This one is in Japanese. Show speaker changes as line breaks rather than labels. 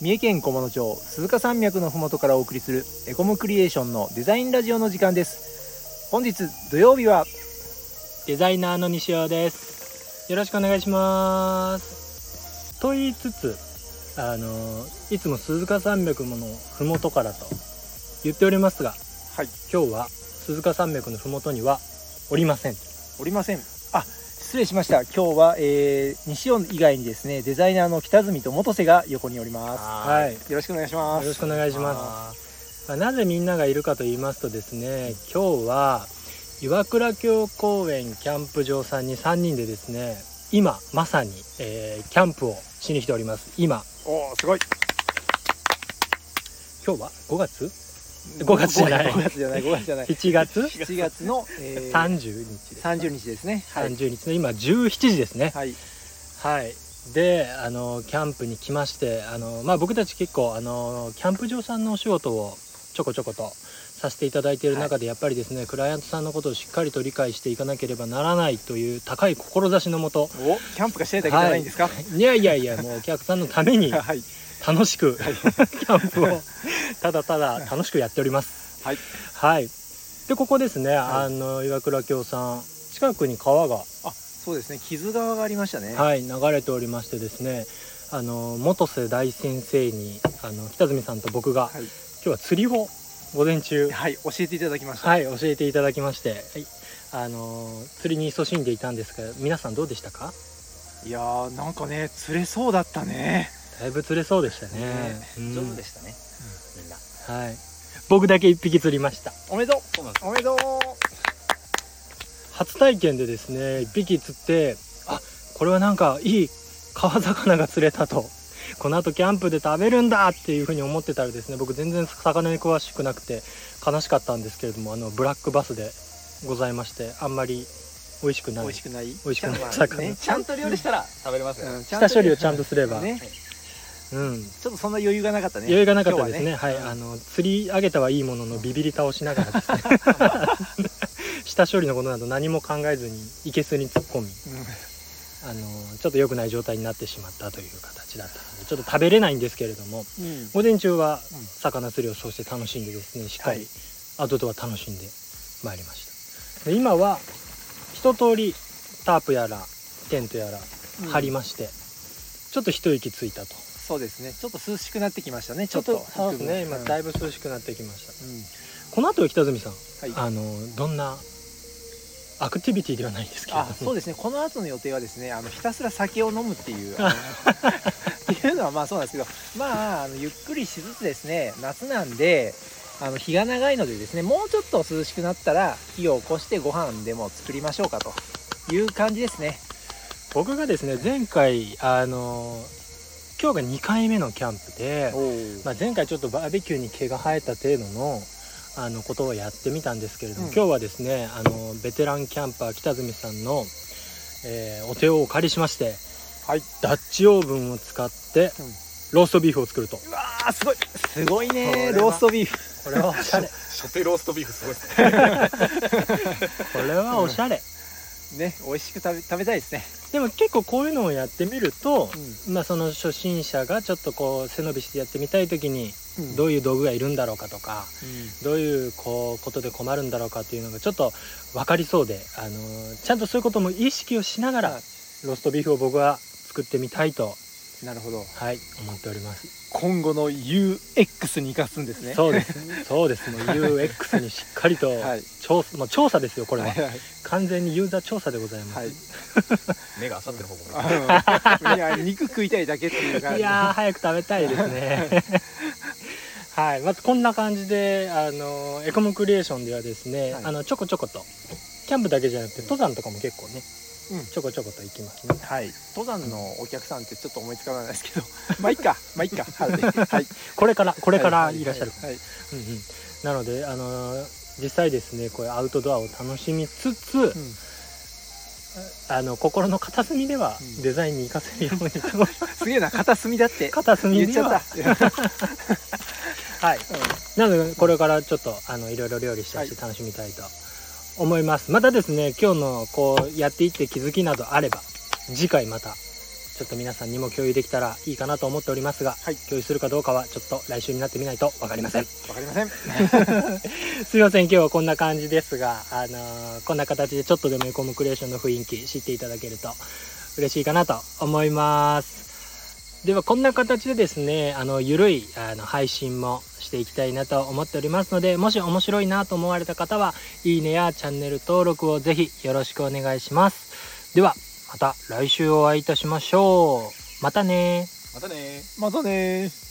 三重県菰野町鈴鹿山脈のふもとからお送りするエコムクリエーションのデザインラジオの時間です本日土曜日は
デザイナーの西尾です。よろしくお願いします。と言いつつ、あのいつも鈴鹿山脈のふもとからと言っておりますが、
はい
今日は鈴鹿山脈のふもとにはおりません。
おりませんあ失礼しました今日は、えー、西尾以外にですねデザイナーの北角と元瀬が横におりま
はい。よ
すよろしくお願いします
ろしくお願いします。まあなぜみんながいるかと言いますとですね、今日は岩倉峡公園キャンプ場さんに3人でですね、今まさに、えーキャンプをしに来ております。今
おーすごい
今日は5月
5
5月じゃない
5月じゃない5月じ ゃない
7月
7月の、えー、
30日です
30日ですねはい、
30日の今17時ですね
はい、
はいであのキャンプに来ましてあの、まあ、僕たち結構あのキャンプ場さんのお仕事をちょこちょことさせていただいている中で、やっぱりですねクライアントさんのことをしっかりと理解していかなければならないという高い志のもと
おキャンプがしたいだけじゃないんですか
いやいやいやもうお客さんのため に
はい
楽しくキャンプをただただ楽しくやっております
はい
はいでここですね、
はい
あの岩倉京さん近くに川が、
あそうですね傷川がありましたね
はい流れておりましてですねあの元瀬大先生にあの北角さんと僕が、
はい
今日は釣りを午前中
はい、教えていただきました。
はい教えていただきまして、はい、あの釣りに勤しんでいたんですが皆さんどうでしたか
い、やー、なんかね、釣れそうだったね。
だいぶ釣れそうでしたね
ね
うん
したね、みんな
はい僕だけ一匹釣りました
おめでと
そうなんです
う。おめでとう。
初体験でですね一匹釣ってあこれはなんかいい川魚が釣れたとこの後キャンプで食べるんだっていうふうに思ってたらですね僕全然魚に詳しくなくて悲しかったんですけれどもあのブラックバスでございましてあんまり美味しくな
美
い
味しくない。美
美味しくない
魚。ね、
ちゃんと料理したら食べれますよ、
うん
下処理をちゃんとすれば、
ね、
うん
ちょっとそんな余裕がなかったね。
余裕がなかったですね
今日
は
はい
あの釣り上げたはいいもののビビり倒しながらです ね下処理のことなど何も考えずにいけすに突っ込みあのちょっと良くない状態になってしまったという形だったのでちょっと食べれないんですけれども
うんうん
午前中は
うん
魚釣りをそうして楽しんでですねしっか
は
り
い
アウトドア楽しんでまいりましたで今は一通りタープやらテントやら
うん
張りまして、ちょっと一息ついたと
そうですね。ちょっと涼しくなってきましたね。ち
ち
ょ
ょ
っ
っ
と。
とそうですね今だ
い
いぶ涼しくなってきました
ぶ。
この後は北角さん
うんはい。
あのどんなアクティビティではないですけれど
あ、
も
そうですね。この後の予定はですね、あのひたすら酒を飲むっていう。 あのっていうのはまあそうなんですけど、まああのゆっくりしつつですね、夏なんで。あの日が長いのでですね、もうちょっと涼しくなったら火を起こしてご飯でも作りましょうかという感じですね。
僕がですね前回あの今日が2回目のキャンプで、まあ、前回ちょっとバーベキューに毛が生えた程度のあのことをやってみたんですけれども、
うん
今日はですねあのベテランキャンパー北角さんの、えーお手をお借りしまして、
はい
ダッチオーブンを使って、
うん
ローストビーフを作ると
うわーすごいすごい
これ
ね
は
ローストビーフ
これはおしゃれ
初手ローストビーフすごいですね
これはおしゃれ、
ね美味しく食べ食べたいですね。
でも結構こういうのをやってみると、
う
まあ、その初心者がちょっとこう背伸びしてやってみたい時に
ん
ど
う
ういう道具がいるんだろうかとか、
ん
どういうこうことで困るんだろうかっていうのがちょっと分かりそうで、あのーちゃんとそういうことも意識をしながら
はい
ロストビーフを僕は作ってみたいと、
なるほど。
はい、思っております、
今後の UX に生かすんですね。
そうです そうですもう UX にしっかりと
はい
調査,、もう調査ですよこ
こ
れは、
はい
完全にユーザー調査でございます、
はい
い、
目があさってる方向に
あ のいや肉食いたいだけっていう感じ
やー早く食べたいです ねはいまずこんな感じであのーエコムクリエーションではですね、
はい
あのちょこちょことキャンプだけじゃなくて登山とかも結構ね、
うん
ちょこちょこと行きますね
はい登山のお客さんってちょっと思いつかないですけど まあいいかまあいいかはい、はい、
これからこ
こ
れからいらっしゃる、
はいは
う
い
んうんなのであのー実際ですねこういうアウトドアを楽しみつつ、
うん
あの心の片隅では
うん
デザインに活かせるよ うにと、
すげえな片隅だって
片隅
言っ
で
ちゃっ
は
た
はい
うん
なのでこれからちょっとあのいろいろ料理したりして楽しみたいと思います、またですね今日のこうやっていって気づきなどあれば次回またちょっと皆さんにも共有できたらいいかなと思っておりますが、
はい
共有するかどうかはちょっと来週になってみないと分かりません
わかりま せん。
すいません今日はこんな感じですが、あのーこんな形でちょっとでもエコムクリエーションの雰囲気知っていただけると嬉しいかなと思いますではこんな形でですねあのゆるいあの配信もしていきたいなと思っておりますのでもし面白いなと思われた方はいいねやチャンネル登録をぜひよろしくお願いしますではまた来週お会いいたしましょうまたね
またねー。
またねー。